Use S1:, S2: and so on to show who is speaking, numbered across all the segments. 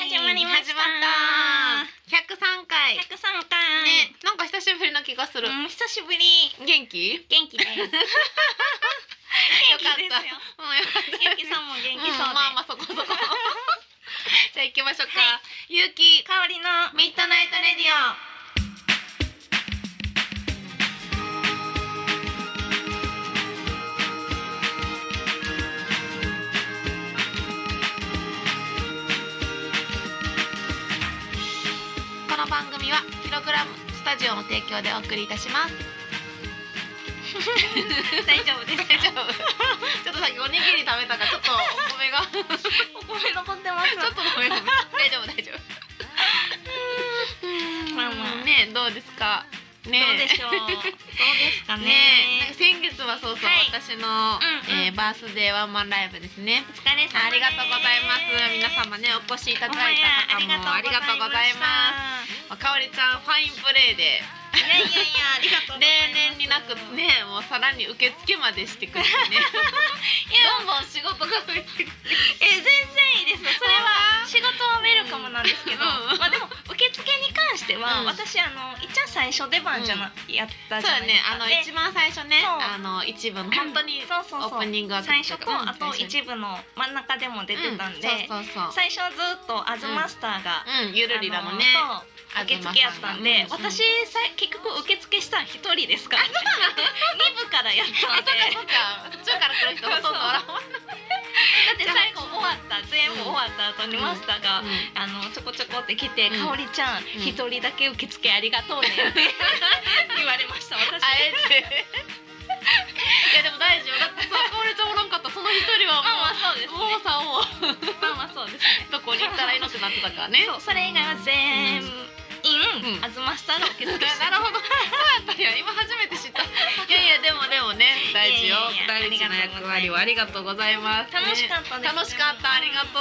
S1: 始まった百三回
S2: 百三回、
S1: ねなんか久しぶりな気がする、
S2: うん、久しぶり
S1: 元気
S2: 元気 です元気です
S1: よかった
S2: よ
S1: うんよかった
S2: ゆきさんも元気そうで、
S1: うんまあまあそこ そこじゃあ行きましょうか、
S2: は
S1: ゆうき
S2: 香りの
S1: ミッドナイトレディオこの番組はキログラムスタジオの提供でお送りいたします
S2: 大丈夫です
S1: 大 丈夫ちょっとさっきおにぎり食べたからちょっとお 米がちょっ
S2: お米残ってます
S1: とお米が大丈夫大丈 夫
S2: まあまあ
S1: ねどうですかね
S2: どうでしょうどうですか
S1: ねなん
S2: ね
S1: か先月はそうそう、
S2: はい
S1: 私の、
S2: うんうん
S1: えーバースデーワンマンライブですね
S2: お疲れ様です
S1: ありがとうございます皆様ねお越しいただいた方もありがとうございます
S2: す
S1: まあかおりちゃんファインプレーで
S2: いやいやいやありがとうございます
S1: 例年になくねもうさらに受付までしてくれて ねどんどん仕事が増えてくる
S2: え全然いいですよそれは仕事はウェルカムなんですけど、
S1: うん
S2: まあでも受付に関しては、
S1: うん
S2: 私あの一応最初出番じゃな、やった
S1: そ
S2: じ
S1: う
S2: ゃ
S1: だ
S2: ない
S1: ねあの
S2: です
S1: 一
S2: か
S1: 番最初ね
S2: そう
S1: あの一部の本当に
S2: でそうそう
S1: オ
S2: そう
S1: ープニングは
S2: 最初とあと
S1: 部
S2: 一部の真ん中でも出てたんで、
S1: そうそうそう
S2: 最初はずっとアズマスターが、
S1: うんゆるりらのね
S2: あのそう受付やったんで、
S1: 東さが
S2: 私さ結局受付したん一人ですから、ね、2部 からやっ
S1: あ
S2: た
S1: そ
S2: ん
S1: う
S2: で
S1: かそうか途中から来る人ほとんどおらんわ
S2: だって最後終わった全部終わった後にマスターが、
S1: う
S2: あのちょこちょこって来て、
S1: うん
S2: かおりちゃん
S1: ん
S2: 一、人だけ受付ありがとう ねって言われました私
S1: あえていやでも大丈夫だってさかおりちゃんおらんかったらその一人は
S2: まあまあそうですね
S1: もうもうさもう
S2: まあまあそうですね
S1: どこに行ったら命になってたからね
S2: そうそれ以外は全員、
S1: うん
S2: あずまスターが受付して
S1: なるほど。そうやったんや。今初めて知った。いやいやでもでもね大事よ。
S2: いや
S1: 大
S2: いやい
S1: 事
S2: や
S1: な役割をありがとうございます。
S2: 楽し
S1: っ
S2: かったです、
S1: 楽しかったありがと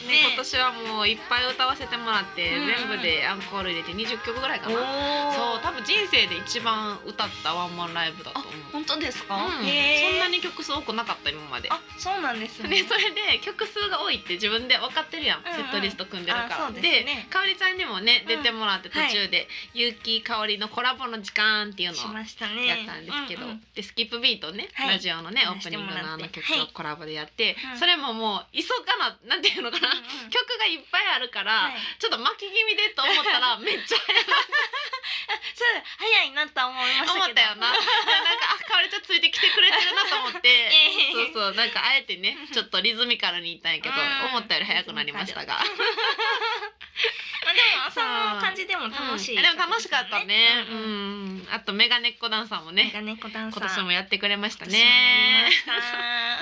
S1: う。
S2: ね
S1: ね今年はもういっぱい歌わせてもらって
S2: うん
S1: 全部でアンコール入れて20曲ぐらいか
S2: お
S1: な。
S2: ー
S1: そう多分人生で一番歌ったワンマンライブだと思う。
S2: 本当ですか、
S1: うん、そ
S2: へー
S1: んなに曲数多くなかった今まで。
S2: あそうなんです
S1: でそれで曲数が多いって自分で分かってるやん、
S2: うんうん
S1: セットリスト組んでるから
S2: あそうですね
S1: かおりちゃんにもね
S2: うん
S1: 出てもらって途中で「ゆうきかおりのコラボの時間」っていうの
S2: し
S1: を
S2: ましたね
S1: やったんですけど、
S2: う うん
S1: でスキップビートね、
S2: はい
S1: ラジオのね
S2: や
S1: オ
S2: ら
S1: ー
S2: せ
S1: プ
S2: て
S1: ニン
S2: も
S1: グ
S2: らって
S1: のあの曲
S2: は
S1: と
S2: い
S1: コラボでやって、
S2: うん
S1: それももう急がななんていうのかな、
S2: うんうん
S1: 曲がいっぱいあるから、
S2: はい
S1: ちょっと巻き気味でと思った らめっちゃ
S2: そう早いなとは思いました
S1: 思っ
S2: けど
S1: たよななんかあかおりちゃんついてきてくれてるなと思っ て。
S2: ええ
S1: そうそうなんかあえてねちょっとリズミカルにいったんやけど
S2: うん
S1: 思ったより早くなりましたが
S2: まあでもその感じでも楽しい、
S1: うんでも楽しかったね
S2: うんうん
S1: うんあとメガネっ子ダンサーもね
S2: メガネコダンサー
S1: 今年もやってくれました
S2: 今年もや
S1: ね
S2: りまし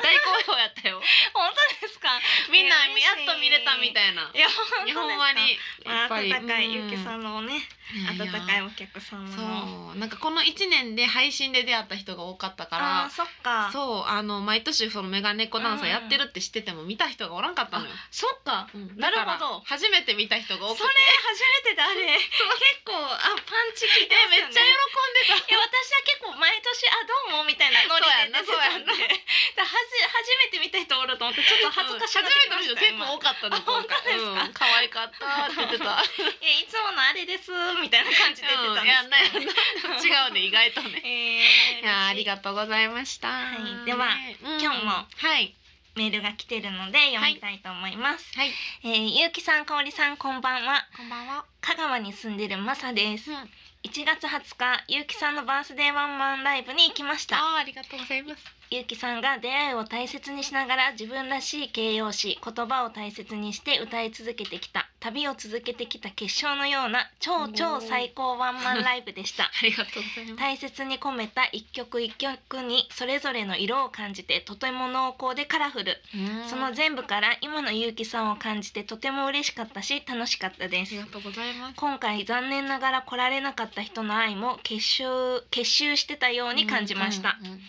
S2: た
S1: 大好評やっ たよ
S2: 本当ですか
S1: みんな
S2: 嬉しい
S1: やっと見れたみたいない
S2: や本当ですか
S1: 日本はにやっぱり
S2: 温かい、
S1: うん
S2: ゆうきさんのね
S1: いや
S2: 温
S1: や
S2: かいお客様の
S1: そうなんかこの一年で配信で出会った人が多かったか
S2: あー
S1: ら
S2: そっかそ
S1: そうあの毎年そのメガネっ子ダンサーやってるって知ってても見た人がおらんかったのよ
S2: っか
S1: うん
S2: なるほど
S1: だから初めて見た人が多く
S2: そ
S1: て
S2: れ初めてだあれ結構あパンチ効い
S1: え
S2: てます
S1: め
S2: よね
S1: っちゃ喜んで
S2: い
S1: た
S2: や私は結構毎年あどうもみたいなノリで出てたんで
S1: そう
S2: だからはじ初めて見た人おると思ってちょっと恥ずかしくなってきま
S1: 初めての人
S2: した
S1: 結構多かったね
S2: あ
S1: 今
S2: 本当ですか
S1: 回うん可愛かったって言っ てた
S2: 今いやいつものあれですみたいな感じで出てたん
S1: うんいや
S2: ですけど、
S1: 違うね意外とね
S2: えー
S1: いやあ り
S2: 嬉しい
S1: がとうございました、
S2: いでは
S1: ねうん
S2: 今日も
S1: はい
S2: メールが来てるので読みたいと思います、
S1: はい
S2: えーゆうきさんかおりさんこんばんは
S1: こんばんは
S2: 香川に住んでるまさです
S1: うん
S2: 1月20日ゆうきさんのバースデーワンマンライブに行きました
S1: あーありがとうございます
S2: ゆうきさんが出会いを大切にしながら自分らしい形容詞言葉を大切にして歌い続けてきた旅を続けてきた結晶のような超超最高ワンマンライブでした
S1: ありがとうございます
S2: 大切に込めた一曲一曲にそれぞれの色を感じてとても濃厚でカラフル
S1: うん
S2: その全部から今のゆうきさんを感じてとても嬉しかったし楽しかったで
S1: あり
S2: す
S1: がとうございます
S2: 今回残念ながら来られなかった人の愛も結集結集してたように感じました、
S1: うんうんうん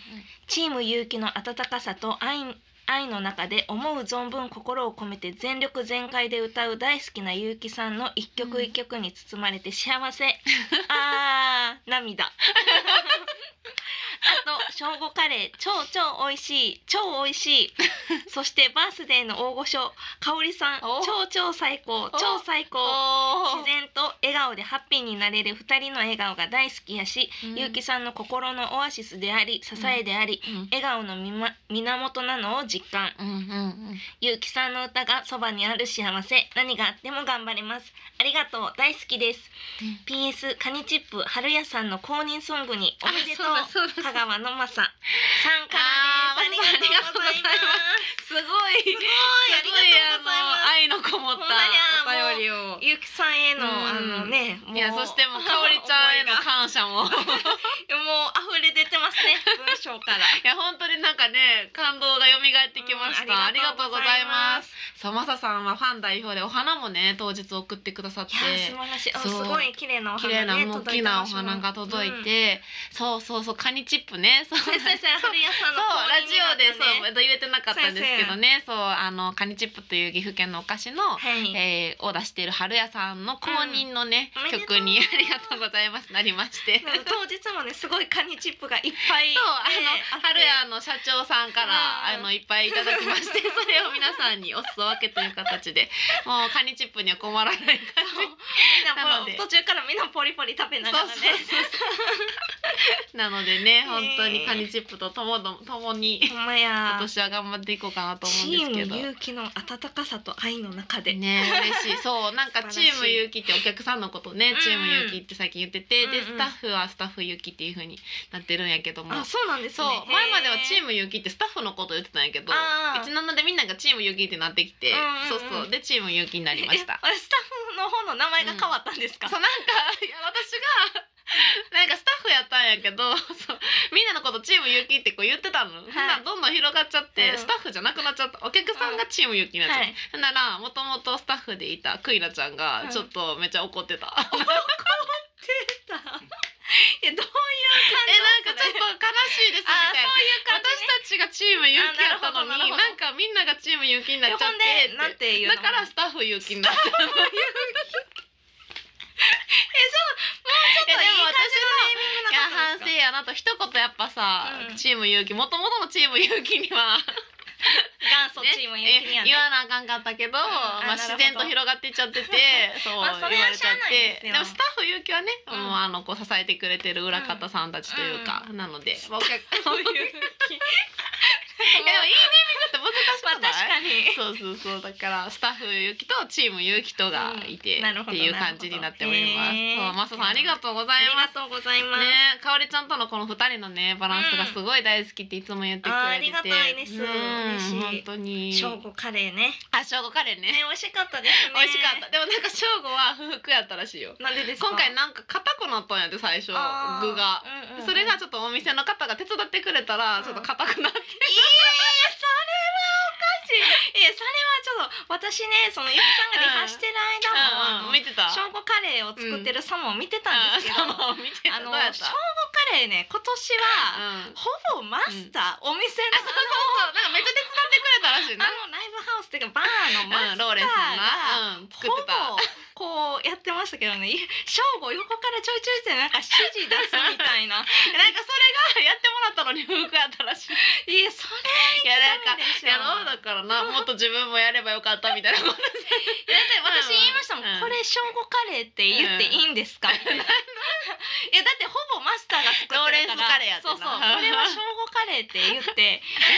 S2: チーム勇気の温かさと愛愛の中で思う存分心を込めて全力全開で歌う大好きな結城さんの一曲一曲 に包まれて幸せ、あー涙あと正午カレー超超美味しい超美味しいそしてバースデーの大御所香織さん
S1: お
S2: 超超最高
S1: お
S2: 超最高
S1: お
S2: 自然と笑顔でハッピーになれる二人の笑顔が大好きやし、
S1: 然
S2: ゆうきさんの心のオアシスであり支えであり、
S1: うん
S2: 笑顔のみま源なのを実感
S1: うんうん
S2: ゆうきさんの歌がそばにある幸せ何があっても頑張れますありがとう大好きです PS カニチップ春屋さんの公認ソングにおめでとう
S1: あそうだそうだ
S2: 香川のまささんか
S1: あー
S2: らですありがとうございます
S1: すごいすごい
S2: ありがとうございます
S1: 愛のこもっ
S2: ほ
S1: た
S2: んまやもう
S1: お便りを
S2: ゆうきさんへの、
S1: うん
S2: あのねもう
S1: いやそしてもうかおりちゃんへの 感謝も
S2: いやもう溢れ出てますね文章 から
S1: いや本当になんかね感動が蘇ってきました、
S2: うん
S1: ありがとうございます
S2: す
S1: さあまささんはファン代表でお花もね当日送ってくださっ
S2: いやー素
S1: て
S2: 晴らしいあ
S1: そう
S2: すごい綺麗なお
S1: 綺
S2: 花ね
S1: 麗な大
S2: 届いて
S1: き
S2: ま
S1: なお
S2: すもん
S1: 花が届いて、そうそうそうカニチップねそう
S2: うん先生
S1: そう
S2: 春屋さんの
S1: そうラジオで
S2: 公認になっ
S1: そう
S2: たね
S1: まだ言えてなかったんですけどねそうあのカニチップという岐阜県のお菓子の、
S2: はい、
S1: えー、を出している春屋さんの公認のね、
S2: うんおめでとう
S1: 曲にありがとうございますなりまして。
S2: でも当日も ねすごいカニチップがいっぱい、
S1: そうあの、
S2: ねって
S1: 春屋の社長さんから、
S2: うん
S1: あのいっぱいいただきまして それを皆さんにお裾分けという形でもうカニチップには困らない 感じ
S2: みんな
S1: なの
S2: ポ
S1: で
S2: ロ途中からみんなポリポリ食べながらね
S1: なのでね
S2: ね
S1: 本当にカニチップとともどともに
S2: ほんまや
S1: 今年は頑張っていこうかなと思うん
S2: チ
S1: ですけ
S2: ー
S1: ど
S2: ム。勇気の温かさと愛の中で、
S1: ね嬉しいそうなんか
S2: 素
S1: チ
S2: 晴らしい
S1: ームゆうきってお客さんのことね
S2: うん
S1: チームゆうきって最近言ってて、
S2: うんう
S1: で
S2: ん
S1: スタッフはスタッフゆうきっていう風になってるんやけども
S2: あそうなんです
S1: そ
S2: ね
S1: う前まではチ
S2: ム
S1: ームゆうきってスタッフのこと言ってたんやけど
S2: あー
S1: 17でみんながチームゆうきってなってきて、
S2: うんうんうん
S1: そうそうでチームゆうきになりました
S2: えあれスタッフの方の名前が変わったんですか、
S1: そうなんか いや私がなんかスタッフやったんやけど そうみんなのことチームゆうきってこう言ってたの、ほんならどんどん広がっちゃって、
S2: うん
S1: スタッフじゃなくなっちゃったお客さんがチームゆうきになっちゃった、
S2: はい
S1: ほんならもともとスタッフでいたクイナちゃんが
S2: うん
S1: ちょっとめっちゃ怒ってた、えなんか
S2: 出たいやどういう感
S1: ちょっと
S2: じ
S1: 悲しいですみ
S2: あ
S1: たいな
S2: そういう感じ、ね、
S1: 私たちがチームゆうきやったの
S2: あなる
S1: に
S2: ほどなるほど
S1: なんかみんながチームゆうきになっちゃって
S2: えほんでなんていうの
S1: だからスタッフゆうきになった
S2: ちょっといい
S1: いやでも
S2: 感
S1: いや
S2: じのネーミングなかったん
S1: 反省
S2: ですか
S1: やなと一言やっぱさ、
S2: うん
S1: チームゆうきもともとのチームゆうきに は
S2: 元祖
S1: ね
S2: チーム勇気には
S1: 言
S2: ね
S1: わなあかんかったけど、まあ
S2: あなるほ
S1: 自
S2: ど
S1: 然と広がっていっちゃってて そう
S2: まあそれ
S1: 言わ
S2: は
S1: れ
S2: し
S1: ちゃ
S2: ゃあ
S1: っ
S2: ない
S1: て
S2: です
S1: で
S2: よ
S1: もスタッフ勇気はね、
S2: うん
S1: もうあのこう支えてくれてる裏方さんたちというか、
S2: う
S1: なのでまあお客いやで
S2: そ
S1: も
S2: う
S1: いい
S2: いう
S1: ネーミン グって難し
S2: まあ
S1: くない、
S2: 確かに
S1: そうそうそうだからスタッフゆうきとチームゆうきとがいて、
S2: うんなるほ
S1: って
S2: ど
S1: いう感じになっておりま
S2: な
S1: す。
S2: るほど
S1: そうマサさんありがとうござい
S2: あり
S1: ます。
S2: がとうございます、
S1: ねかおりちゃんとのこの二人のねバランスがすごい大好きっていつも言ってくれてて、
S2: うんあーありがたいです
S1: うん
S2: 嬉しい
S1: 本当に。
S2: 正午カレーね
S1: あ正午カレーね
S2: ね。美味しかったですね
S1: 美味しかった。でもなんか正午は不服やったらしいよ。
S2: なんでですか
S1: 今回なんか硬くなったんやって最初具
S2: あー
S1: が。
S2: うんうんうん
S1: それがちょっとお店の方が手伝ってくれたら
S2: うん
S1: ちょっと硬くなって、
S2: えー、それはおかし い。え、それはちょっと、私ね、そのゆきさんがリハしてる間
S1: う
S2: も、
S1: ん見てた。
S2: 正午カレーを作ってるサモン見てたんですけど。
S1: あー そう見てた。
S2: あ
S1: ど
S2: の、
S1: うやった
S2: 正午カレーね、今年は、
S1: うん
S2: ほぼマスター、お店
S1: あそうそうそうなんかめっちゃ手伝ってくれたらしい
S2: の、
S1: な
S2: あ。のライブハウスっていうか、バーのマ
S1: うん
S2: スタ
S1: ローレンさん
S2: ーが。
S1: な、うん、作
S2: ほ
S1: っ
S2: ぼ
S1: てた。
S2: こうやってましたけどねい正午横からちょいちょいってなんか指示出すみた いな
S1: なんかそれがやってもらったのに不服やったらしい。い
S2: いやそれ
S1: やなん
S2: ダ
S1: か
S2: メでしょ
S1: やろうだからなもっと自分もやればよかったみたいなこ と
S2: いやだって私言いましたもん、
S1: うん
S2: これ正午カレーって言っていいんです か、みたいないやだってほぼマスターが作ってるから
S1: ローレンスカレーやってな
S2: そうそうこれは正午カレーって言って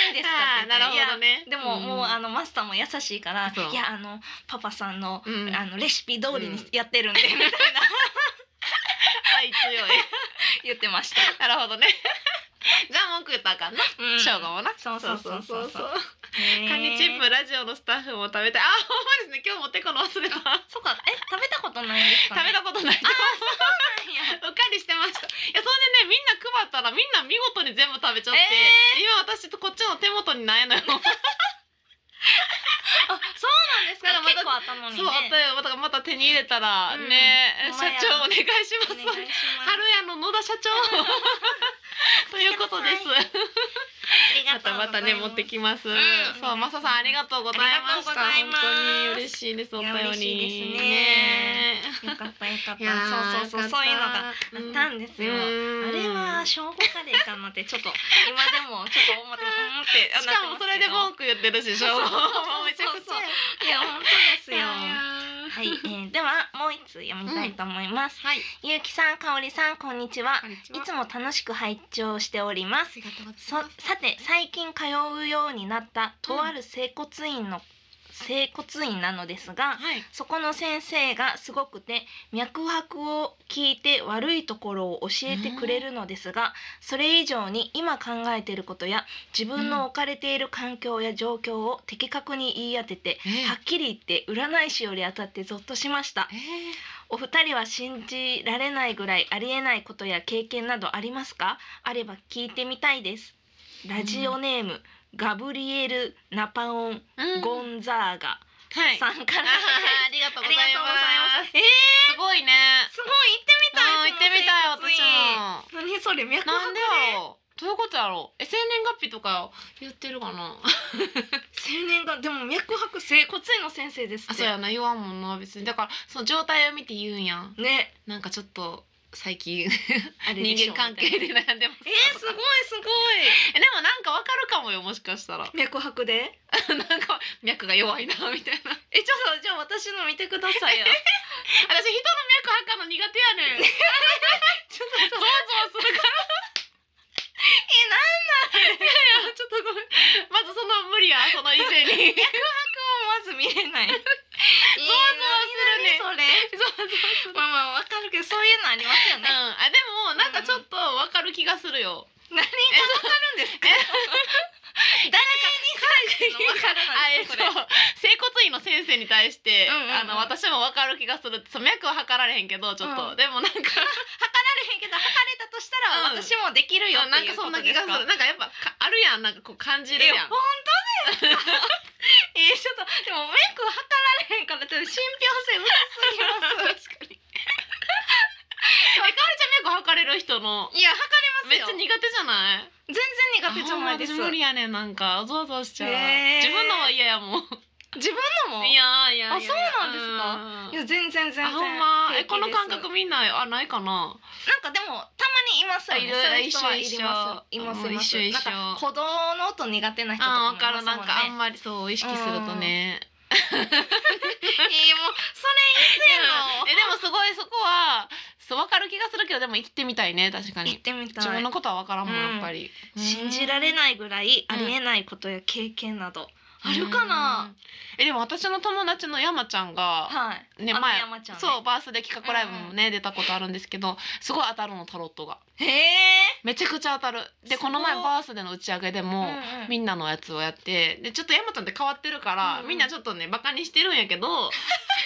S2: いいんですか
S1: あ
S2: って言って
S1: ーなるほど
S2: いや
S1: ね。
S2: でも、もうあ
S1: の、
S2: のマスターも優しいから「
S1: そう
S2: いやあのパパさんの,、
S1: うん
S2: あのレシピ通りに
S1: うん
S2: やってるんで」みたいな
S1: はい強い。
S2: 言ってました。
S1: なるほどね。じゃあ文句言ったらあかんな。
S2: うん
S1: 正午もな。
S2: そうそうそうそうそう。
S1: うカニチップラジオのスタッフも食べて、あほんまですね。今日持ってこの忘れた。
S2: そうかえ食べたことないんですか、
S1: 食
S2: ね、
S1: べたことない。
S2: べた
S1: うっかりしてましたいやそれでねみんな配ったらみんな見事に全部食べちゃって、
S2: え
S1: 今私とこっちの手元にないのよ、
S2: あそうなんですか
S1: なんかま
S2: 結構頭
S1: た
S2: に
S1: そ
S2: ね
S1: うあと
S2: お
S1: またまた手に入れたら、
S2: うん
S1: ね
S2: ほんま
S1: 社
S2: や
S1: 長お願いします
S2: 願いします
S1: 春屋の野田社 長ということです
S2: ありが
S1: ま
S2: と
S1: た
S2: う
S1: ま
S2: ござ
S1: た
S2: い
S1: ね
S2: ます
S1: 持ってきます、
S2: ん
S1: そうマサさんありがとうござい
S2: ありが
S1: ました
S2: とうございます
S1: 本当に嬉しいですお便り
S2: いや嬉しいですね
S1: ね
S2: よかったよかっ
S1: いやー
S2: た。そうそうそう
S1: よか
S2: そういうのがあっ
S1: った
S2: んですよ。
S1: うん
S2: あれは小5カレーかなってちょっと今でもちょっと思って思って
S1: しかもそれで
S2: も
S1: 文句言ってるししょ
S2: そうそうそう
S1: もうめちゃくちゃ
S2: いや本当です
S1: い
S2: よ。
S1: や
S2: は
S1: ー
S2: い、えーではもう一つ読みたいと思います。
S1: はい
S2: ゆうきさん、かおりさん、こんにちは
S1: こ。んにち
S2: い
S1: はい
S2: つも楽しく拝聴しております。
S1: ありがとうご
S2: そ
S1: ざいます
S2: さて最近通うようになったとある整骨院の、整骨院なのですが、
S1: はい
S2: そこの先生がすごくて脈拍を聞いて悪いところを教えてくれるのですが、それ以上に今考えていることや自分の置かれている環境や状況を的確に言い当てて、
S1: え
S2: はっきり言って占い師より当たってゾッとしました
S1: えー
S2: お二人は信じられないぐらいありえないことや経験などありますかあれば聞いてみたいですラジオネーム、ガブリエル・ナパオン・
S1: うん
S2: ゴンザーガ
S1: はい
S2: さんから、
S1: あー ありがとう
S2: あ
S1: ござ
S2: りが
S1: い
S2: とうござい
S1: ま
S2: ます
S1: す
S2: えー、
S1: すごいね
S2: すごい行ってみた
S1: うん
S2: い
S1: 行ってみたい私
S2: い
S1: も
S2: 何それ脈拍
S1: なんでやろうどういうことやろうえ生年月日とか言ってるか な
S2: 青年がでも脈拍整骨院の先生ですって
S1: あそうやな言わんもんな別にだからその状態を見て言うんやん
S2: ね
S1: なんかちょっと最近
S2: あれでしょ
S1: 人間関係
S2: みたいな
S1: で悩んでます
S2: えー、すごいすご
S1: えでもなんかわかるかもよもしかしたら
S2: い脈拍で
S1: なんか脈が弱いなみたいな
S2: えちょっとじゃあ私の見てくださいよ
S1: 私人の脈測るの苦手や ねん
S2: ちょっと
S1: ゾワゾワするからいやちょっとごめんまずその無理やその以前に
S2: えなんな脈拍をまず見れ ないゾワ
S1: ゾワするね
S2: それ
S1: ゾワゾワする
S2: まあまあわかるけどそういうのありますよ
S1: うん
S2: ね
S1: あでもなんかちょっとわかる気がするよ
S2: 何がわかるんですか誰に対してのわかる
S1: あえ
S2: なん
S1: っ
S2: です
S1: と
S2: か
S1: 整
S2: これ
S1: 骨院の先生に対して、
S2: うんうんうん
S1: あの私も分かる気がするそう脈は測られへんけどちょっ
S2: う
S1: と、でもなんか
S2: 測られへんけど測れたとしたら
S1: うん
S2: 私もできるよっ
S1: なん
S2: てい
S1: か
S2: うこ
S1: そん
S2: と
S1: な気
S2: です
S1: がす
S2: か
S1: るなんかやっぱかあるやんなんかこう感じる
S2: え
S1: やん
S2: 本当ですか えちょっとでもメイク測られへんからちょっと信憑性
S1: 確
S2: 薄すぎます
S1: かにえかおりちゃん脈測れる人の
S2: いや測
S1: めっ
S2: れます
S1: ちゃ苦
S2: よ
S1: 手じゃない
S2: 全然苦手じゃないです
S1: あほんま私無理やねんなんかゾワゾワしちゃう、
S2: へー
S1: 自分のは嫌やもん
S2: 自分のも
S1: いやいやいや
S2: あそうなんですかい
S1: うん
S2: や全然全然
S1: あほんまえ
S2: 平
S1: こ
S2: 気
S1: の
S2: です
S1: 感覚みんなあないかな
S2: なんかでもたまにいますよね
S1: いる
S2: そういう人はい
S1: 一緒
S2: りますい
S1: 一緒
S2: ます
S1: う
S2: います
S1: ん一緒一緒
S2: なんか鼓動の音苦手な人と
S1: あ
S2: か
S1: あ
S2: もいます
S1: 分かる
S2: も
S1: なん
S2: んね
S1: かあんまりそう意識するとね
S2: えーもうそれ以
S1: えでもすごいそこはそう分かる気がするけどでも行ってみたいね確か
S2: 前の行っ
S1: に
S2: てみた
S1: 自分
S2: い
S1: のことは分からんもん
S2: うん
S1: やっぱり、
S2: 信じられ
S1: な
S2: な
S1: い
S2: いぐらいありえないことや経験などあるかな
S1: えでも私の友達の山ちゃんが
S2: はい
S1: ね
S2: あの
S1: 前
S2: 山ちゃんね
S1: そうバースで企画ライブもね、出たことあるんですけどすごい当たるのタロットが
S2: へえ
S1: めちゃくちゃ当たるです
S2: ご
S1: こ
S2: い
S1: の前バースでの打ち上げでも、 みんなのやつをやってでちょっと山ちゃんって変わってるから、
S2: うん
S1: みんなちょっとねバカにしてるんや けど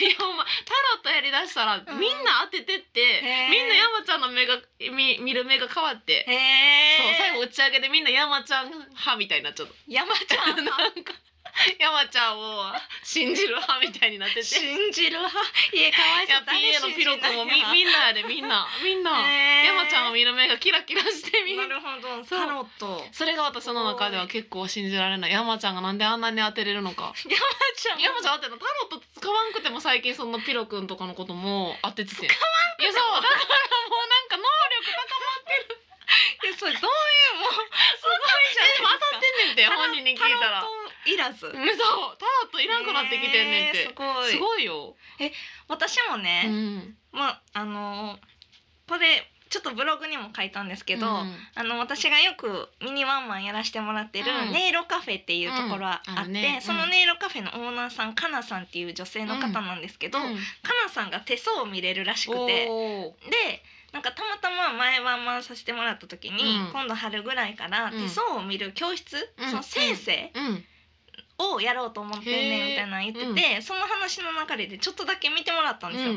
S1: いやお前タロットやりだしたら、
S2: ん
S1: みんな当ててって
S2: へー
S1: みんな山ちゃんの目がみ見る目が変わって、
S2: へえ
S1: そう最後打ち上げでみんな山ちゃん派みたいになっちゃ った
S2: 山ちゃん
S1: なんか山ちゃんを信じる派みたいになってて。
S2: 信じる派いやかわい
S1: いや
S2: そう
S1: PA のピロ君もみ
S2: 誰信じない
S1: みんなやでみんなみんな、
S2: へー
S1: 山ちゃんを見る目がキラキラしてみんな
S2: なるほど
S1: そう
S2: タロット
S1: それが私の中では結構信じられない山ちゃんがなんであんなに当てれるのか
S2: ちゃ
S1: 山ちゃん当てのタロット使わんくても最近そんなピロくんとかのことも当ててて使わんくてもいやそうだからもうなんか能力高ま
S2: いやそれどういうもうすごいじゃ
S1: えでも
S2: ん
S1: 当たってんねんって本人に聞いたら
S2: タロットいらず
S1: うんそうタロットいらんくなってきてんねんって、
S2: えーすごい
S1: すごいよ、
S2: 私も
S1: う
S2: ね、
S1: ん、
S2: まああのーこれちょっとブログにも書いたんですけど、
S1: うん
S2: あの私がよくミニワンマンやらしてもらってる
S1: うん
S2: ネイロカフェっていうところは
S1: うん
S2: あ
S1: あ
S2: って、
S1: るねうん
S2: そのネイロカフェのオーナーさんかなさんっていう女性の方なんですけど、
S1: うん
S2: かなさんが手相を見れるらしくて
S1: おー
S2: でなんかたまたま前ワンマンさせてもらった時に、
S1: うん
S2: 今度春ぐらいから
S1: うん
S2: 手相を見る教室、
S1: うん
S2: その先生
S1: うん
S2: をやろうと思ってんねんみたいなの言ってて、その話の流れでちょっとだけ見てもらったんですよ。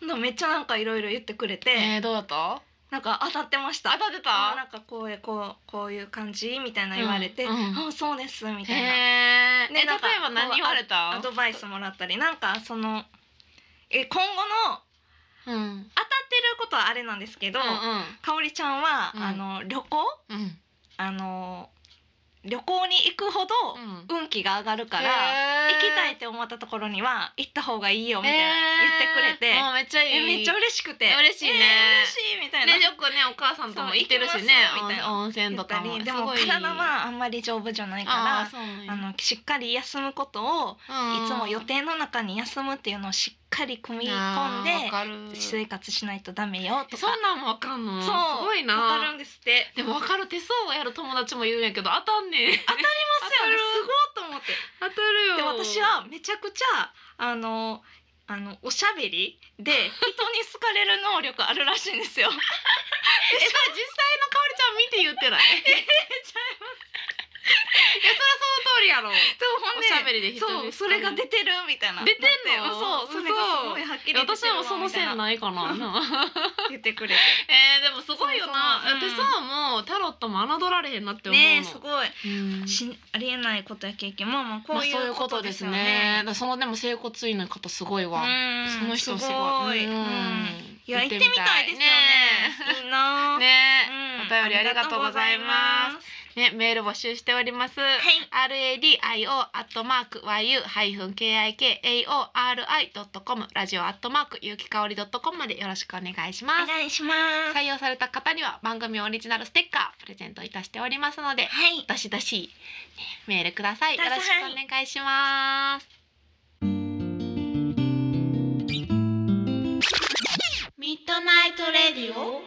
S2: ほんならめっちゃなんかいろいろ言ってくれて、
S1: えー、どうだった
S2: なんか当たってました
S1: 当。たって
S2: あ
S1: た
S2: なんかこういうこうこういう感じみたいな言われて、
S1: うんうん
S2: あそうですみたいな
S1: へー
S2: ね
S1: え例え
S2: なんか
S1: ば何言われた
S2: アドバイスもらったりなんかそのえ今後の
S1: うんうん
S2: 当たってることはあれなんですけど、
S1: うん
S2: かおりちゃんは、
S1: うん
S2: あの旅行
S1: うん
S2: あの旅行に行くほど
S1: うん
S2: 運気が上がるから、
S1: へー
S2: 行きたいって思ったところには行った方がいいよみたいな言ってくれて、
S1: えーもうめっちゃいい
S2: えめっちゃ嬉しくて
S1: 嬉しいね
S2: えー嬉しいみたいな、
S1: ねよくねお母さんとも行ってるしね
S2: そう行きますみたいな
S1: 温泉
S2: 言
S1: と
S2: った
S1: か
S2: り
S1: も
S2: でも体はあんまり丈夫じゃないから
S1: あそうなんや
S2: あのしっかり休むことを
S1: うん
S2: いつも予定の中に休むっていうのをしっかり組み込ん
S1: あーわ
S2: で
S1: かる
S2: 生活しないとダメよとか
S1: そんなんもわかんの
S2: そう
S1: すごい
S2: わかるん
S1: な
S2: ですって
S1: でもわかる手相をやる友達もいるんやけど当たんねん
S2: ありますよね
S1: わかる
S2: すごいと思って
S1: 当たるよ
S2: で私はめちゃくちゃあのあのおしゃべりで人に好かれる能力あるらしいん ですよ。え
S1: えそれ実際のかおりちゃん見て言ってない いや
S2: ちゃいます
S1: そりゃその通りやろ
S2: そうほん
S1: お
S2: で
S1: しゃべりで人
S2: そうそれが出てるみたいな
S1: 出てんの
S2: なってそうそれがすごいはっきり出てるわ
S1: 私はもうそのせい
S2: みたいな
S1: ないかな
S2: 言ってくれて
S1: えー、でもすごいよな
S2: そうそううん
S1: 手相もタロットも侮られへんなって思うの
S2: ねえすごい
S1: うん
S2: しありえないことや経験もまあこ
S1: まあ
S2: う
S1: そう
S2: い
S1: いうう
S2: こ
S1: ことと
S2: で
S1: ですす
S2: よ
S1: ね。
S2: ね。
S1: だからそのでも整骨院の方すごいわ。
S2: うん
S1: その人すごい。
S2: うん
S1: うん
S2: いや行ってみたいですよね。いいな
S1: ね
S2: あ。。
S1: お便りありがとうございますえねメール募集しております。
S2: はい。
S1: radio アットマーク yu ハイフン kikaori ドットコムラジオアットマーク有機香りドットコムまでよろしくお願いし
S2: お
S1: ます。
S2: 願いします。
S1: 採用された方には番組オリジナルステッカープレゼントいたしておりますので、
S2: はい。
S1: どしどし、ねメールください。
S2: く
S1: よ
S2: ださい
S1: ろしくお願いします。ミッドナイトレディオ。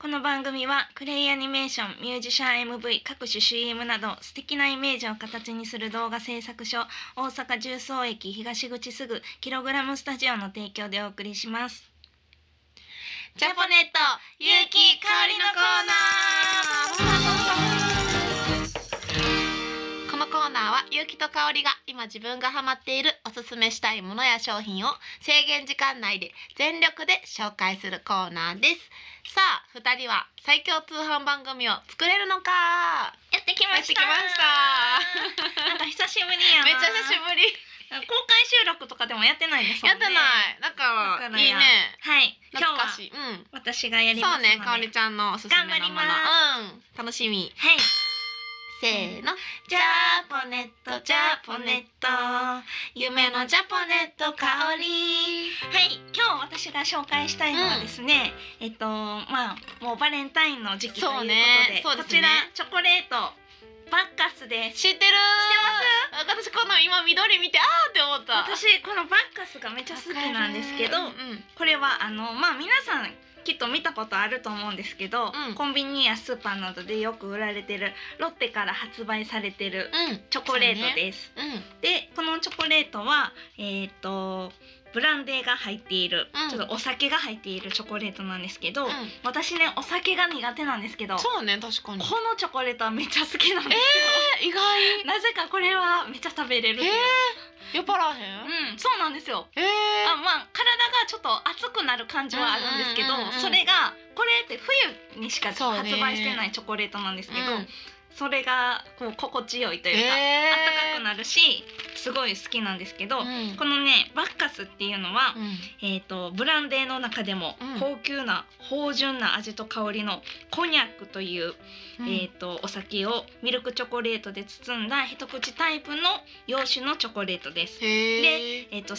S2: この番組はクレイアニメーションミュージシャン MV 各種 CM など素敵なイメージを形にする動画制作所大阪重曹駅東口すぐキログラムスタジオの提供でお送りします
S1: ジャポネット、ゆうき、かおりのコーナー。このコーナーは、ゆうきとかおりが今自分がハマっているおすすめしたいものや商品を制限時間内で全力で紹介するコーナーです。さあ、二人は最強通販番組を作れるのか。
S2: やってきました
S1: やってきました
S2: なんか久しぶりやな
S1: めっちゃ久しぶり。
S2: 公開収録とかでもやってないですも
S1: や
S2: ん
S1: っ
S2: ね
S1: てない。だか、
S2: だからら
S1: いい
S2: や
S1: ね。
S2: はい今日
S1: 懐
S2: は
S1: かしい。うん。
S2: 私がやります
S1: そ
S2: の
S1: う
S2: で
S1: ね、かおりちゃんのおすすめのもの。
S2: 頑張りま
S1: うん、楽しみ。
S2: はい
S1: せーの。
S2: ジャポネットジャポネットは
S1: 夢のジャポネット香り。
S2: い今日私が紹介したいのはですね、えっとまあもうバレンタインの時期ということ
S1: そう
S2: で,、
S1: ねそうで
S2: こ
S1: す
S2: ち
S1: ね
S2: らチョコレートバッカスです
S1: 知ってる。知ってます。私この今緑見てあーって思った。
S2: 私このバッカスがめっちゃ好きなんですけど
S1: うん。
S2: これはあのまあ皆さんきっと見たことあると思うんですけど、
S1: うん
S2: コンビニやスーパーなどでよく売られてるロッテから発売されてる
S1: うん。
S2: チョコレートです。
S1: うん。
S2: でこのチョコレートはえっ、とブランデーが入っている、
S1: うん
S2: ちょっとお酒が入っているチョコレートなんですけど、
S1: うん。
S2: 私ねお酒が苦手なんですけどこ
S1: そうね、確かに。
S2: のチョコレートはめっちゃ好きなんですよ。
S1: え、意外。
S2: なぜかこれはめっちゃ食べれるっていう、
S1: 酔っ払わへん。
S2: うんそうなんですよ。
S1: え
S2: あ
S1: ー。
S2: まあ体がちょっと熱くなる感じはあるんですけど、
S1: うんうんうんうん
S2: それがこれって冬にしか発
S1: そうね
S2: 売してないチョコレートなんですけどそ,、
S1: うん
S2: れがこう心地よいと
S1: え
S2: いうか、あ
S1: ー。
S2: ったかくなるしすごい好きなんですけど、
S1: うん
S2: このねバッカスっていうのは、
S1: うん。
S2: えー、とブランデーの中でも
S1: うん
S2: 高級な芳醇な味と香りのコニャックという、えー、とお酒をミルクチョコレートで包んだ一口タイプの洋酒のチョコレートです。
S1: へえ。
S2: えっと、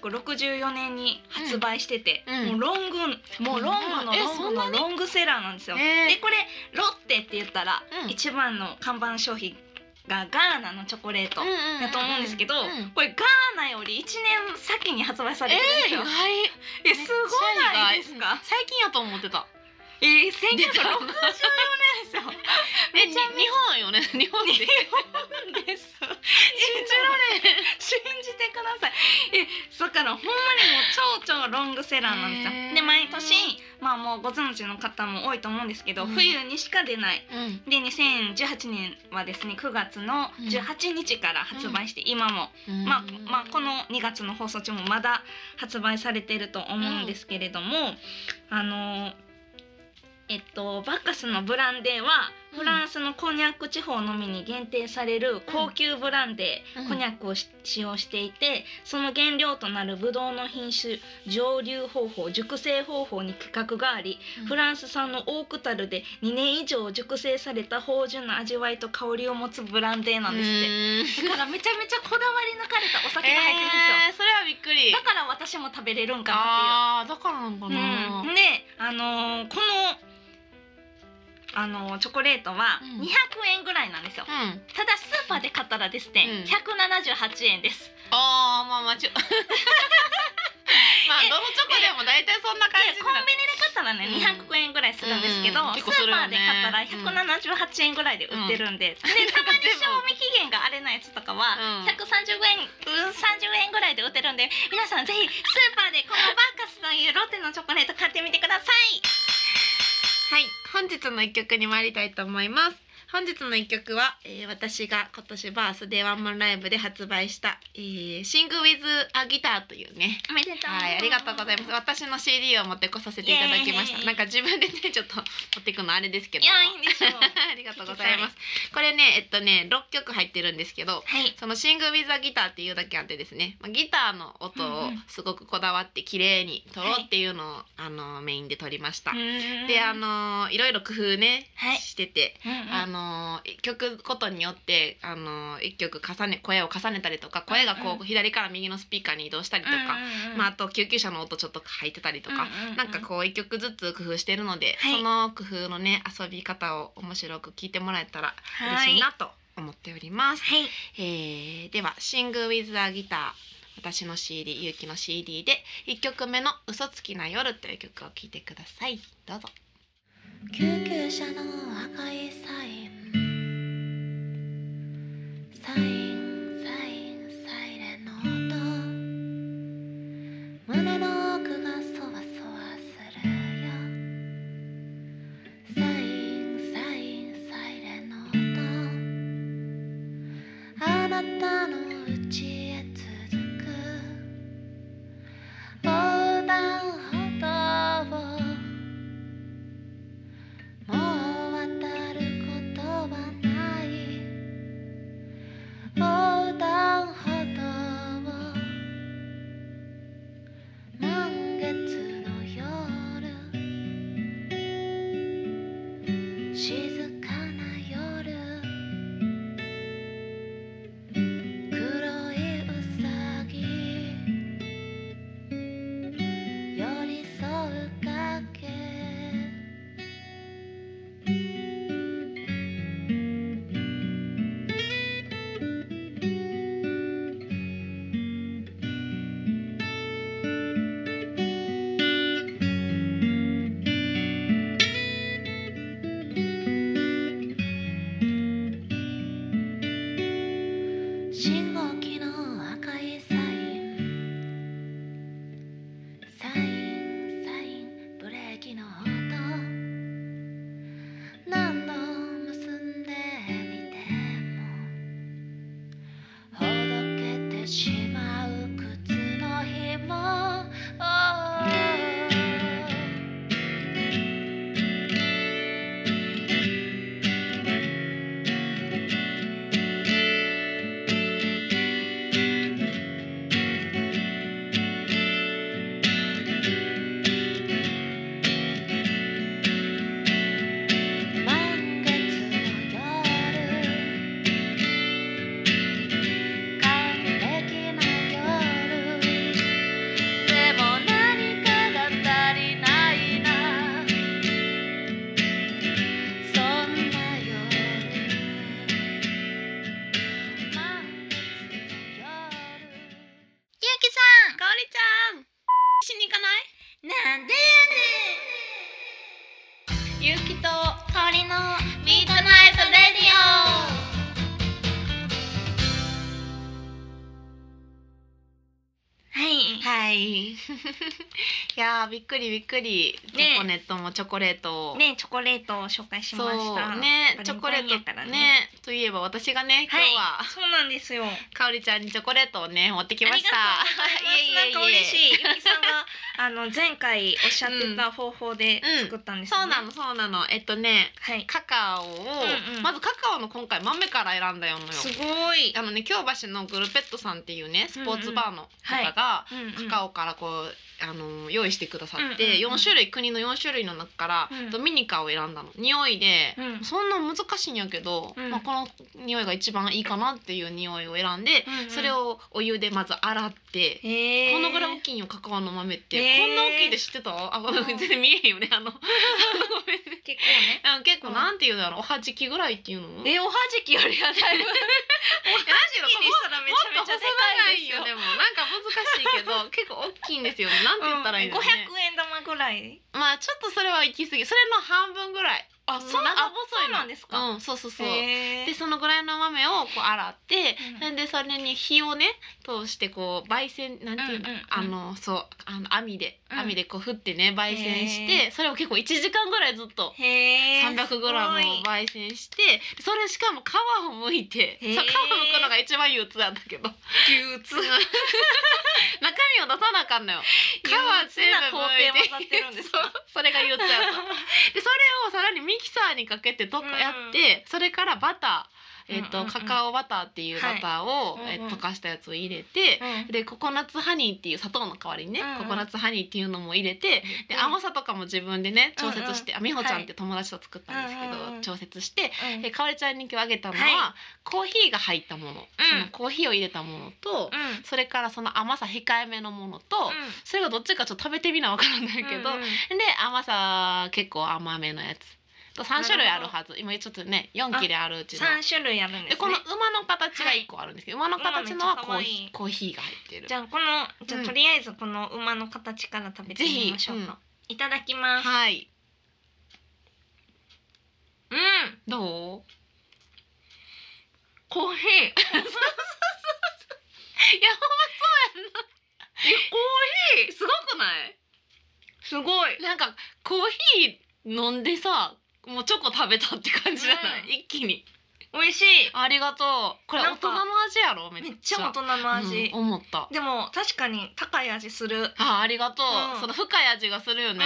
S2: 1964年に発売してて、
S1: うんうん
S2: もうロングもうロングの
S1: え
S2: ロ
S1: そ
S2: ン
S1: んな
S2: グの
S1: に
S2: ロングセラーなんですよ。
S1: へー
S2: でこれロッテって言ったら、
S1: うん
S2: 一番の看板商品がガーナのチョコレートだと思うんですけど、
S1: うんうんうん
S2: これガーナより1年先に発売さ
S1: え
S2: れて
S1: ー、意
S2: るんですよ。
S1: 外。
S2: えすごないです
S1: めっちゃ意外うん
S2: か？
S1: 最近やと思ってた。
S2: えー、1964年ですよ。 め
S1: え、に
S2: ち
S1: 日
S2: ゃめち
S1: 本よね。日本で。信じ
S2: ゃです。
S1: られへん。
S2: 信じてください。え、だからほんまにもう超超ロングセラーなんですよ
S1: へ。ー
S2: で毎年まあもうご存知の方も多いと思うんですけど、
S1: うん
S2: 冬にしか出ない。
S1: うん。
S2: で2018年はですね9月の18日から発売して、今も、まあまあ、この2月の放送中もまだ発売されてると思うんですけれども、あのえっとバッカスのブランデーはフランスのコニャック地方のみに限定される高級ブランデー、
S1: うん
S2: コニャックをし使用していてその原料となるブドウの品種蒸留方法熟成方法に規格があり、フ
S1: ン
S2: ランス産のオークタルで2年以上熟成された芳醇な味わいと香りを持つブランデーなんですって。だからめちゃめちゃこだわり抜かれたお酒が入ってるんですよ、
S1: えー、それはびっくり
S2: だから私も食べれるんかなっていう
S1: あーだからなんかな、
S2: うん、で、あのーこの。あのーチョコレートは
S1: うん
S2: 200円ぐらいなんですよ、
S1: うん、
S2: ただスーパーで買ったらですね、
S1: うん
S2: 178円です
S1: ああまあまあちょ まあどのチョコでも大体そんな
S2: で
S1: 感じ
S2: コン
S1: だ
S2: ビニで買ったらね
S1: うん
S2: 200円ぐらいするんですけど、
S1: うん結
S2: ス
S1: 構す
S2: ー
S1: る
S2: パー
S1: よね
S2: で買ったら178円ぐらいで売ってるんで、でたまに
S1: 全部
S2: 賞味期限があれなやつとかは
S1: う
S2: 130
S1: ん
S2: 円、うん、30円ぐらいで売ってるんで皆さんぜひスーパーでこのバーカスというロッテのチョコレート買ってみてください
S1: はい本日の一曲に参りたいと思います本日の一曲は、えー私が今年バースデーワンマンライブで発売した「えー、シング・ウィズ・ア・ギター」というね
S2: おめでとう
S1: はい、ありがとうございます。私の CD を持ってこさせていただきまし
S2: イエー
S1: た。
S2: イ
S1: なんか自分でね、ちょっと持っていくのあれですけど
S2: い
S1: も。
S2: やいいんでしょう
S1: ありがとうございます。これね、えっとね、六曲入ってるんですけど。
S2: はい
S1: そのシングウィザギターっていうだけあってですね、まあ、ギターの音
S2: うん
S1: を
S2: うん
S1: すごくこだわって綺麗に撮ろうっていうのを、あのメインで撮りました。で、あ、のいろいろ工夫ね、
S2: はい
S1: してて、
S2: うんうん
S1: あの曲ごとによってあの一曲重ね声を重ねたりとか声がこう、
S2: うんう
S1: 左から右のスピーカーに移動したりとか、
S2: うんうん
S1: まあ、あと救急車の音ちょっと入ってたりとか、
S2: ううう
S1: なんかこう一曲ずつ工夫してるので、
S2: はい
S1: その工夫のね遊び方を面白く聞いてもらえたら嬉しいなと思っております。
S2: はい、
S1: えーでは「シング・ウィズ・ア・ギター」私の CD ゆうきの CD で1曲目の「嘘つきな夜」という曲を聴いてくださいどうぞ。
S3: 救急車の赤いサインサインサインサイレンの音胸の奥がそわそわするよサインサインサイレンの音あなたの家へ続く横断歩道をもう渡ることはない横断歩道を満月の夜静かな夜黒いうさぎ寄り添う影信号機の赤いサインサインサインブレーキの音何度結んでみてもほどけてしまう靴の紐を満月の夜完璧な
S1: はい。い やーびっくりびっくり。チ
S2: ね
S1: ョコネットもチョコレートを。
S2: ねチョコレートを紹介しました
S1: そうねチョコレー
S2: バリンタインやか
S1: ト
S2: らね
S1: ねといえば私がね今日は、
S2: はいそうなんですよ
S1: かおりちゃんにチョコレートをね持ってきました
S2: ありがとうございます。
S1: いえいえ
S2: なんか嬉しい。
S1: いえ
S2: ゆきさんがあの前回おっしゃってた方法で作ったんですよ
S1: そう
S2: ね。
S1: なの。そうなのえっとね
S2: はい。
S1: カカオを、
S2: んうん
S1: まずカカオの今回豆から選んだよのよ
S2: すごい。
S1: あのね京橋のグルペットさんっていうねスポーツバーの方が、カカ
S2: オ。
S1: オからこうあの用意してくださっ
S2: うんうんう
S1: て、
S2: ん
S1: 四種類国の4種類の中から、
S2: うん
S1: ドミニカを選んだの匂いで、
S2: うん
S1: そんな難しいんやけど、
S2: うん
S1: まあ、この匂いが一番いいかなっていう匂いを選んで、
S2: うんうん
S1: それをお湯でまず洗って、
S2: へえ。
S1: このぐらい大きいんよカカオの豆って、
S2: へー
S1: こんな大きいって知ってたあごめ
S2: う
S1: ん
S2: ん
S1: 全然見えへんよねあのあのごめんね
S2: 結構
S1: あの結構なんていうだろうおはじきぐらいっていうの
S2: ね。えおはじきよりはだいぶ。おは
S1: じ
S2: じきにしたらめちゃめちゃでかいですよ。
S1: もっと細長いよでもなんか難しいけど結構大きいんですよねなんて言ったらいいの
S2: 五
S1: ね、
S2: 百円玉ぐらい。
S1: まあちょっとそれは行き過ぎそれの半分ぐらい
S2: あ
S1: 長細いの
S2: そうなんですか。
S1: うんそうそうそう、
S2: へえ
S1: でそのぐらいの豆をこう洗って、
S2: うん
S1: ん、でそれに火をね通してこう焙煎なんていうの、
S2: うんうんうん
S1: あのそうあの網で、
S2: うん
S1: 網でこう振ってね焙煎して、
S2: へ
S1: それを結構1時間ぐらいずっと
S2: へえ。
S1: 300グラムを
S2: すごい
S1: 焙煎してそれしかも皮を剥いてそう
S2: へ
S1: 皮
S2: ー
S1: を剥くのが一番憂鬱なんだけど
S2: 憂鬱
S1: 中身を出さなあかんのよ皮
S2: 憂鬱
S1: 全
S2: な
S1: 部
S2: 工
S1: 剥
S2: 程
S1: い
S2: 混ざってるん
S1: て
S2: ですか。
S1: そうそれが憂鬱やっ たでそれをさらにミキサーにかけてとかやって、それからバター、えっと
S2: うんうんうん
S1: カカオバターっていうバターを、
S2: はい
S1: え
S2: うんうん
S1: 溶かしたやつを入れて、
S2: うん
S1: でココナッツハニーっていう砂糖の代わりにね、
S2: うんうん
S1: ココナッツハニーっていうのも入れてで甘さとかも自分でね調節して、あ美穂ちゃんって友達と作ったんですけど、
S2: はいうんうんうん
S1: 調節して
S2: うん
S1: でかおりちゃんに今日あげたのは、
S2: は
S1: コーヒーが入ったもの、そのコーヒーを入れたものと、
S2: うん。
S1: それからその甘さ控えめのものと、それがどっちかちょっと食べてみなわからないけど、
S2: うんうん
S1: で甘さ結構甘めのやつと3種類あるはず今ちょっとね4切れあるうちの
S2: 三種類あるんです、ね。
S1: でこの馬の形が1個あるんですけど、馬の形のはコーヒー
S2: 馬めっちゃ可愛い
S1: コーヒーが入ってる
S2: じゃあこのじゃあ、
S1: うん
S2: とりあえずこの馬の形から食べてみましょう
S1: ぜ
S2: か。いただきます。
S1: はい
S2: うん。
S1: どう
S2: コーヒー。
S1: いや
S2: コーヒ
S1: すごくない
S2: ー。すごい。
S1: なんかコーヒー飲んでさもうチョコ食べたって感じじゃない、
S2: う
S1: 一気に
S2: 美味しい。
S1: ありがとうこれ
S2: な
S1: 大
S2: んか
S1: 人の味やろめっ
S2: めっち
S1: ちゃ
S2: ゃ大人の味。
S1: うん思った
S2: でも確かに高い味する。
S1: あありがとう、
S2: うん
S1: その深い味がするよね、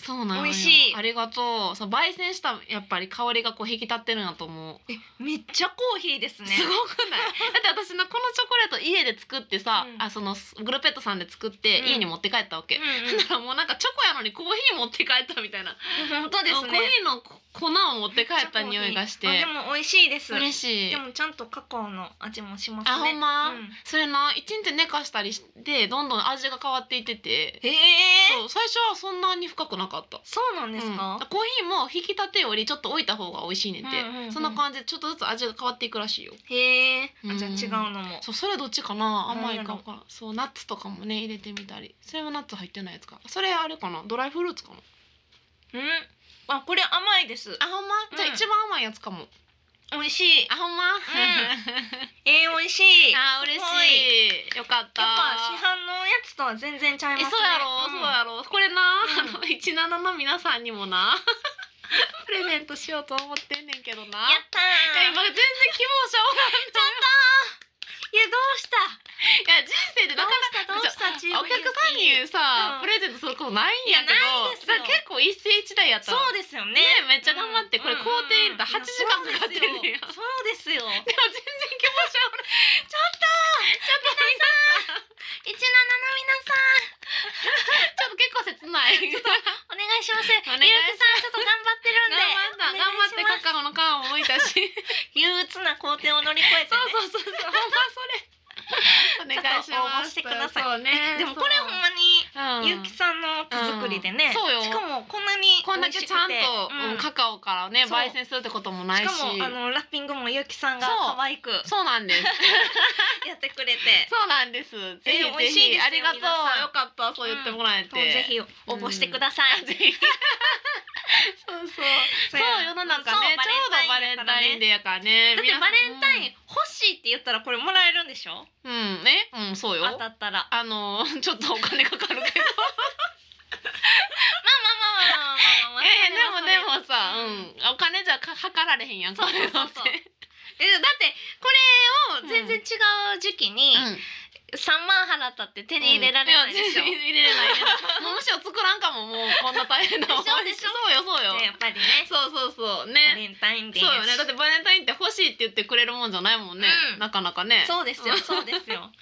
S1: そうなのよ
S2: 美味しい
S1: ありがとうそう焙煎したやっぱり香りがこう引き立ってるんやと思う、
S2: うん。めっちゃコーヒーですね。
S1: すごく ないだって私のこのチョコレート家で作ってさ、
S2: うん
S1: あそのグルペットさんで作って
S2: うん
S1: 家に持って帰ったわけ、
S2: うん
S1: だからもうなんかチョコやのにコーヒー持って帰ったみたいな
S2: うん、本当です
S1: コーヒ
S2: ね。
S1: ーの粉を持って帰った匂いがして
S2: あでも美味しいです。
S1: 嬉しい
S2: でもちゃんとカカオの味もしますね。
S1: あほんま、
S2: うん
S1: それな一日寝かしたりしてどんどん味が変わっていってて
S2: へえ。
S1: そう最初はそんなに深くなかった
S2: そうなんですか。
S1: うんコーヒーも引き立てよりちょっと置いた方が美味しいねんて、
S2: うんうんうん
S1: そんな感じでちょっとずつ味が変わっていくらしいよ
S2: へえ。
S1: う
S2: あ
S1: ん
S2: じゃあ違うのも。
S1: そうそれどっちかな甘い
S2: な
S1: か
S2: ん
S1: 分
S2: や
S1: からんそうナッツとかもね入れてみたりそれはナッツ入ってないやつかそれあれかなドライフルーツかな
S2: うん。あこれ甘いです。
S1: あほんま、
S2: うん
S1: じゃあ一番甘いやつかも
S2: 美味しい。
S1: あほん ま、
S2: えー、美味しい。
S1: あ
S2: す
S1: 嬉
S2: ごい。
S1: しいよかった
S2: やっぱ市販のやつとは全然ちゃい
S1: え
S2: ますね。
S1: そうやろ、そうやろこれな、
S2: うん
S1: あの17の皆さんにもな プレゼントしようと思ってんねんけどな
S2: やった
S1: いや
S2: ー。
S1: 今全然希望者おらん
S2: いやどうした？
S1: いや人生でなかなか
S2: どうしたどうしたチーム
S1: お客さんに
S2: う
S1: さ、
S2: ん
S1: プレゼントすることないんやけ
S2: いや
S1: ど
S2: ないですよ
S1: だから結構一世一代やっ
S2: そ
S1: たの
S2: うですよね。
S1: ねめっちゃ頑張ってこれ工程入れたら
S2: うんうん
S1: 8時間かかってんねんやでも
S2: そうです よ。そうですよ。
S1: 全然希望者おらん
S2: 一七の皆さん
S1: ちょっと結構切 ない
S2: お願いします。ゆうきさ
S1: 願
S2: ん
S1: いし
S2: ちょっと頑張ってるんで。
S1: 頑張った頑張ってカ
S2: か。
S1: カオの皮も剥いたし
S2: 憂鬱な工程を乗り越えて
S1: そ
S2: ね。
S1: うそうそうそうほんまそれお願いします
S2: ちょっと応募してください
S1: そうね
S2: でもこれほんまに
S1: ま
S2: ゆうきさんの手作りでね。
S1: うんそうよ
S2: しかもこんなに
S1: こんだけちゃんと
S2: 美味しくて
S1: うんカカオからね
S2: そう
S1: 焙煎するってこともない
S2: し
S1: し
S2: かもあのラッピングもゆうきさんが
S1: そう
S2: 可愛く
S1: そうなんです
S2: やってくれて、
S1: そうなんです。 ぜひぜ
S2: 美味しいで
S1: ひ、
S2: すよ
S1: ありがとう。
S2: 皆さん
S1: よかった、そう言ってもらえて。
S2: もうぜひ応募してください。
S1: ぜひ。 そうそう。そう、世の中ね、ちょうどバレンタイ
S2: デー。
S1: ンデーやからね。
S2: だってバレンタイン
S1: ン。
S2: 欲ししいって言ったらこれもらえるんでしょ
S1: うんねうんそうよ
S2: 当たった ら
S1: あのちょっとお金かかるけど
S2: まあまあまあまあまあまあま あまあまあ
S1: えでも
S2: それ
S1: で
S2: は
S1: もさ
S2: う
S1: うんお金じゃか測られへんやん
S2: そうそうそう
S1: これ
S2: えだってこれを全然違う時期に
S1: なんて
S2: 三万払ったって手に入れられないでしょ、
S1: うんや全然入れれないねもうむしろ作らんかももうこんな大変な思い
S2: でしょでしょ
S1: そうよそうよ
S2: ねやっぱりね
S1: そうそうそ
S2: バ
S1: うね
S2: レンタインデー
S1: そう
S2: やし
S1: よねだってバレンタインって欲しいって言ってくれるもんじゃないもんね
S2: うん
S1: なかなかね
S2: そうですよ
S1: うん
S2: そうです よ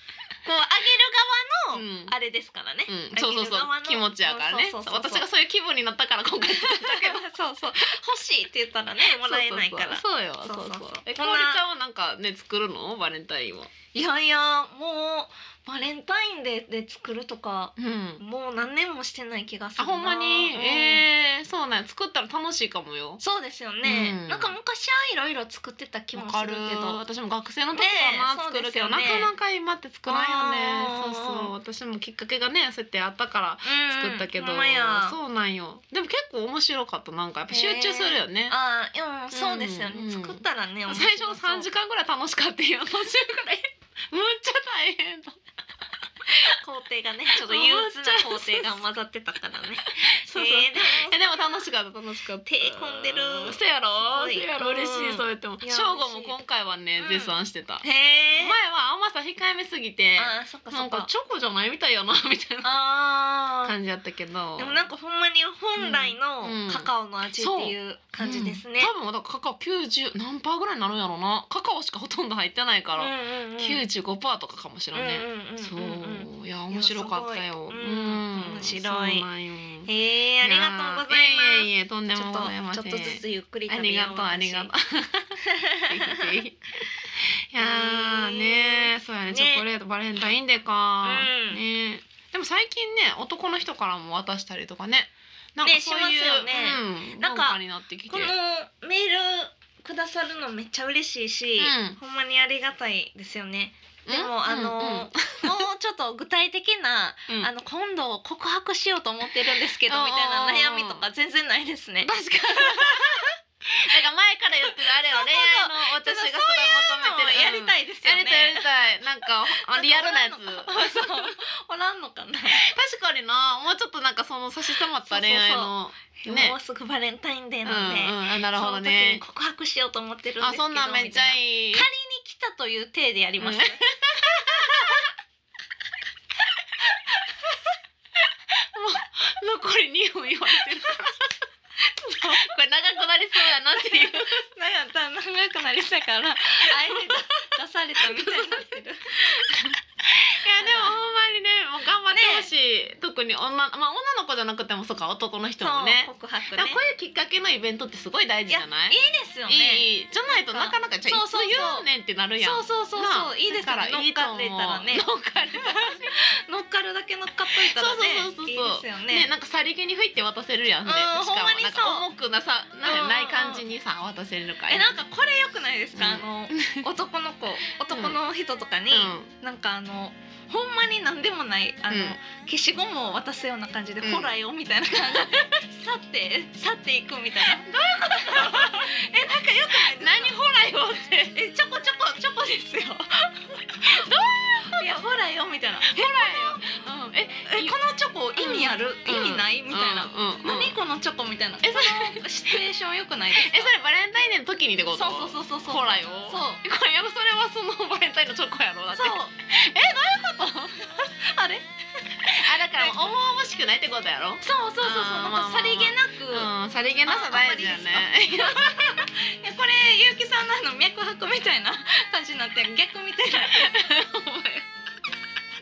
S2: こうあげる側
S1: うん
S2: のあれですからね、
S1: うんそうそうそう
S2: あげ
S1: 気
S2: る側の
S1: 持ちやからね
S2: そうそうそうそう
S1: 私がそういう気分になったから今回作ったけど
S2: そうそう欲しいって言ったらねもらえないから
S1: そうそうそう
S2: そう
S1: そうよ
S2: そう
S1: そ
S2: そ
S1: う
S2: う
S1: そうえ
S2: こ
S1: か
S2: ん
S1: お
S2: な
S1: りちゃんはなんかね作るのバレンタインはい
S2: やいやもうバレンタインデーで作るとか
S1: うん
S2: もう何年もしてない気がす
S1: あ
S2: るな
S1: ほんまに、
S2: うん
S1: えー、そうなんや作ったら楽しいかもよ。
S2: そうですよね、
S1: うん
S2: なんか昔はいろいろ作ってた気も
S1: わ
S2: す
S1: か
S2: る
S1: る
S2: けど
S1: 私も学生の時
S2: ね
S1: は
S2: え
S1: な、
S2: そう
S1: 作
S2: で
S1: る
S2: す
S1: けど、
S2: よね
S1: なかなか今って作らんよね
S2: あ
S1: そう
S2: ー
S1: そう私もきっかけがねそうやってあったから作ったけど、
S2: うんほんまや
S1: そうなんよでも結構面白かったなんかやっぱ集中するよね、
S2: あーいやもうそうですよね、
S1: うん
S2: 作ったらね
S1: 最初の3時
S2: 間
S1: 間ぐらい楽しかったよ途中ぐ らいむっちゃ大変だ
S2: 工程 がねちょっと憂鬱な工程が混ざってたからね
S1: そうそう、
S2: えー
S1: えでも楽しかった楽しかった
S2: 手込んでる
S1: そうやろ
S2: すご
S1: そう
S2: い
S1: やろ嬉し
S2: う
S1: い
S2: ん
S1: そうやっても
S2: いや
S1: 正吾
S2: 嬉し
S1: も
S2: い
S1: 今回はね
S2: うん
S1: 絶賛してた、
S2: でもへ
S1: 前は甘さ控えめすぎて
S2: えあーそっか
S1: な
S2: そ
S1: ん
S2: っ
S1: か
S2: か
S1: チョコじゃないみたいやなみたいな
S2: あー
S1: 感じやったけど
S2: でもなんかほんまに本来
S1: うんうん
S2: のカカオの味っていう感じですね、
S1: うん多分だからカカオ90何パーぐらいになるんやろなカカオしかほとんど入ってないから、
S2: うんうんうん
S1: 95パーとかかもしれない、ね
S2: うんうんうんうん
S1: そういや面白かったよ
S2: いやすごいうん面白い
S1: そうなんよ
S2: へえありがとうございます
S1: いやいえいえとんでもございま
S2: ち
S1: せ
S2: ょ
S1: ん
S2: っとちょっとずつゆっくり
S1: あ
S2: 食べ
S1: りが
S2: よ
S1: と
S2: う
S1: うありがと う。ぜひぜひいやーねそうやね
S2: ね
S1: チョコレートバレンタインデーか、
S2: うん
S1: ねでも最近ね男の人からも渡したりとかねなんか
S2: ね
S1: そういう、
S2: しますよね
S1: うん、
S2: な
S1: 文
S2: んか
S1: 化になってきて
S2: このメールくださるのめっちゃ嬉しいし、
S1: うん
S2: ほんまにありがたいですよねで
S1: う
S2: も
S1: ん
S2: あの、
S1: うん
S2: もうちょっと具体的な
S1: うんうん
S2: あの今度告白しようと思ってるんですけど
S1: うん
S2: みたいな悩みとか全然ないですね
S1: 確かになんか前から言ってるあれは恋愛の私がすごい求めてる
S2: やり
S1: い
S2: たいですよね
S1: やりたいやりたいなんかあリアルなやつ
S2: なんかおらんのか そうおらんのかな
S1: 確かになもうちょっとなんかその差し迫った恋愛のね
S2: もうすぐバレンタインデー
S1: うん
S2: なんで、
S1: うんあなるほど
S2: その時に
S1: ね
S2: 告白しようと思ってるんです
S1: あ
S2: けど
S1: そんなんめっちゃ
S2: みたい
S1: いい
S2: 仮に来たという体でやります、
S1: うん残り2分言われてるから これ長くなりそうやなっていう
S2: なんか長くなりそうやからあえて出されたみたいになってる
S1: いやでもほんまにねもう頑張ってほしい、特に女,、まあ、女の子じゃなくて もそうか男の人もね
S2: そう告白
S1: で
S2: ね
S1: もこういうきっかけのイベントってすごい大事じゃない
S2: いいですよね
S1: いいじゃないとなかなかじゃあいつ
S2: そうそうそう
S1: 言うねんってなるやん
S2: そうそうそうそう
S1: ない
S2: いですよね
S1: だからいいと思う
S2: 乗っかってたらね
S1: 乗っかれたら
S2: 乗っかるだけ乗っかっといたらね
S1: そうそうそうそう
S2: いいですよ
S1: ね
S2: ね
S1: なんかさりげに吹いて渡せるやんね、
S2: うん
S1: しかも
S2: ほんまに
S1: なんか
S2: そう
S1: 重くなさ
S2: うんうん
S1: な
S2: うん
S1: ない感じにさ渡せるのか
S2: えなんかこれ良くないですか、
S1: うん
S2: あの男の 子男の人とかに、
S1: う
S2: なんかあのほんまに何でもないあの、
S1: うん
S2: 消しゴムを渡すような感じで、
S1: うん
S2: ほらよみたいな感 じで去って去っていくみたいなどういうことえなんかよく
S1: ん
S2: ない
S1: 何
S2: ですか
S1: ほらよって
S2: えちょこちょこちょこです よどういうこといやほらよみたいなえ
S1: うんえ
S2: えこのチョコ意味ある、
S1: うん
S2: 意味ないみたいな、
S1: うんうんうん
S2: 何このチョコみたいな
S1: えそれ
S2: のシチュエーション良くないですか
S1: えそれバレンタインデーの時にってこと
S2: そうそうそうそうそう
S1: ほらよ
S2: そう
S1: これやばそれはそのバレンタインのチョコやろだって
S2: そうえどういうこと あれ
S1: あだからもう重々しくないってことやろ
S2: そうそうそうそう
S1: あー
S2: なんかさりげなく、
S1: うんさりげなさ大事だね
S2: いやこれゆうきさんのあの脈拍みたいな感じになって逆みたいな
S1: お前まあ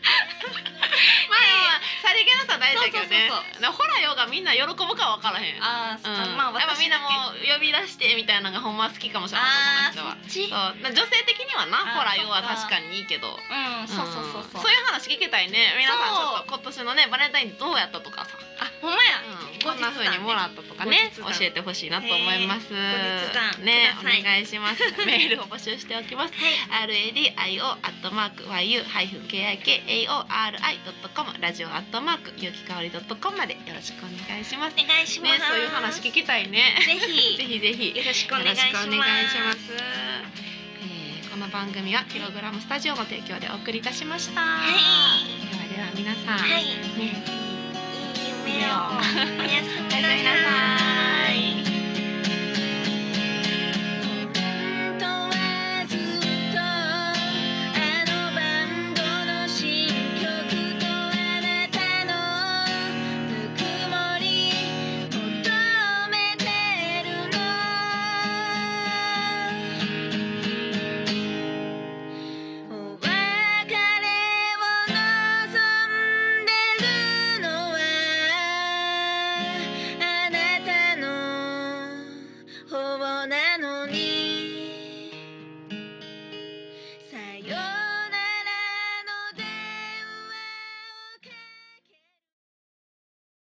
S1: まあさりげなさ大事だけどね
S2: そう
S1: でもほらよがみんな喜ぶか分からへん
S2: あー、
S1: うん、
S2: まあ
S1: やっぱみんなもう呼び出してみたいなのがほんま好きかもしれな
S2: あー
S1: い男の人
S2: そ
S1: は
S2: っち
S1: そうな女性的には
S2: あ
S1: な
S2: ー
S1: ほら要は
S2: そっか
S1: 確かにいいけど
S2: うんそうそうそうそう、
S1: んそういう話聞きたいね皆さん
S2: そ
S1: ちょっと今年のねバレンタインどうやったとかさ、
S2: あほんまや、
S1: うん、
S2: 後
S1: こ
S2: 日
S1: んな風にもらったとかね教
S2: 後日談
S1: えてほしいなと思います
S2: 後日談
S1: ねお
S2: ください
S1: 願いしますメールを募集しておきます
S2: はい
S1: radio アットマーク yu ハイフン kikaori ドットコムラジオアットマークゆきかおりドットコムまでよろしくお願いします
S2: お願いしま
S1: ね
S2: す、
S1: そういう話聞きたいね
S2: ぜひ
S1: ぜひぜひ
S2: よろしくお
S1: よ
S2: 願い
S1: ろ
S2: し
S1: しくお願いし
S2: ま
S1: ますす。えーこの番組はキログラムスタジオの提供でお送りいたしました、
S2: はい
S1: ではでは皆さん、
S2: はい
S1: ね
S2: いい夢をおやすみな
S1: おやすみな
S2: さ
S1: さ
S2: い
S1: い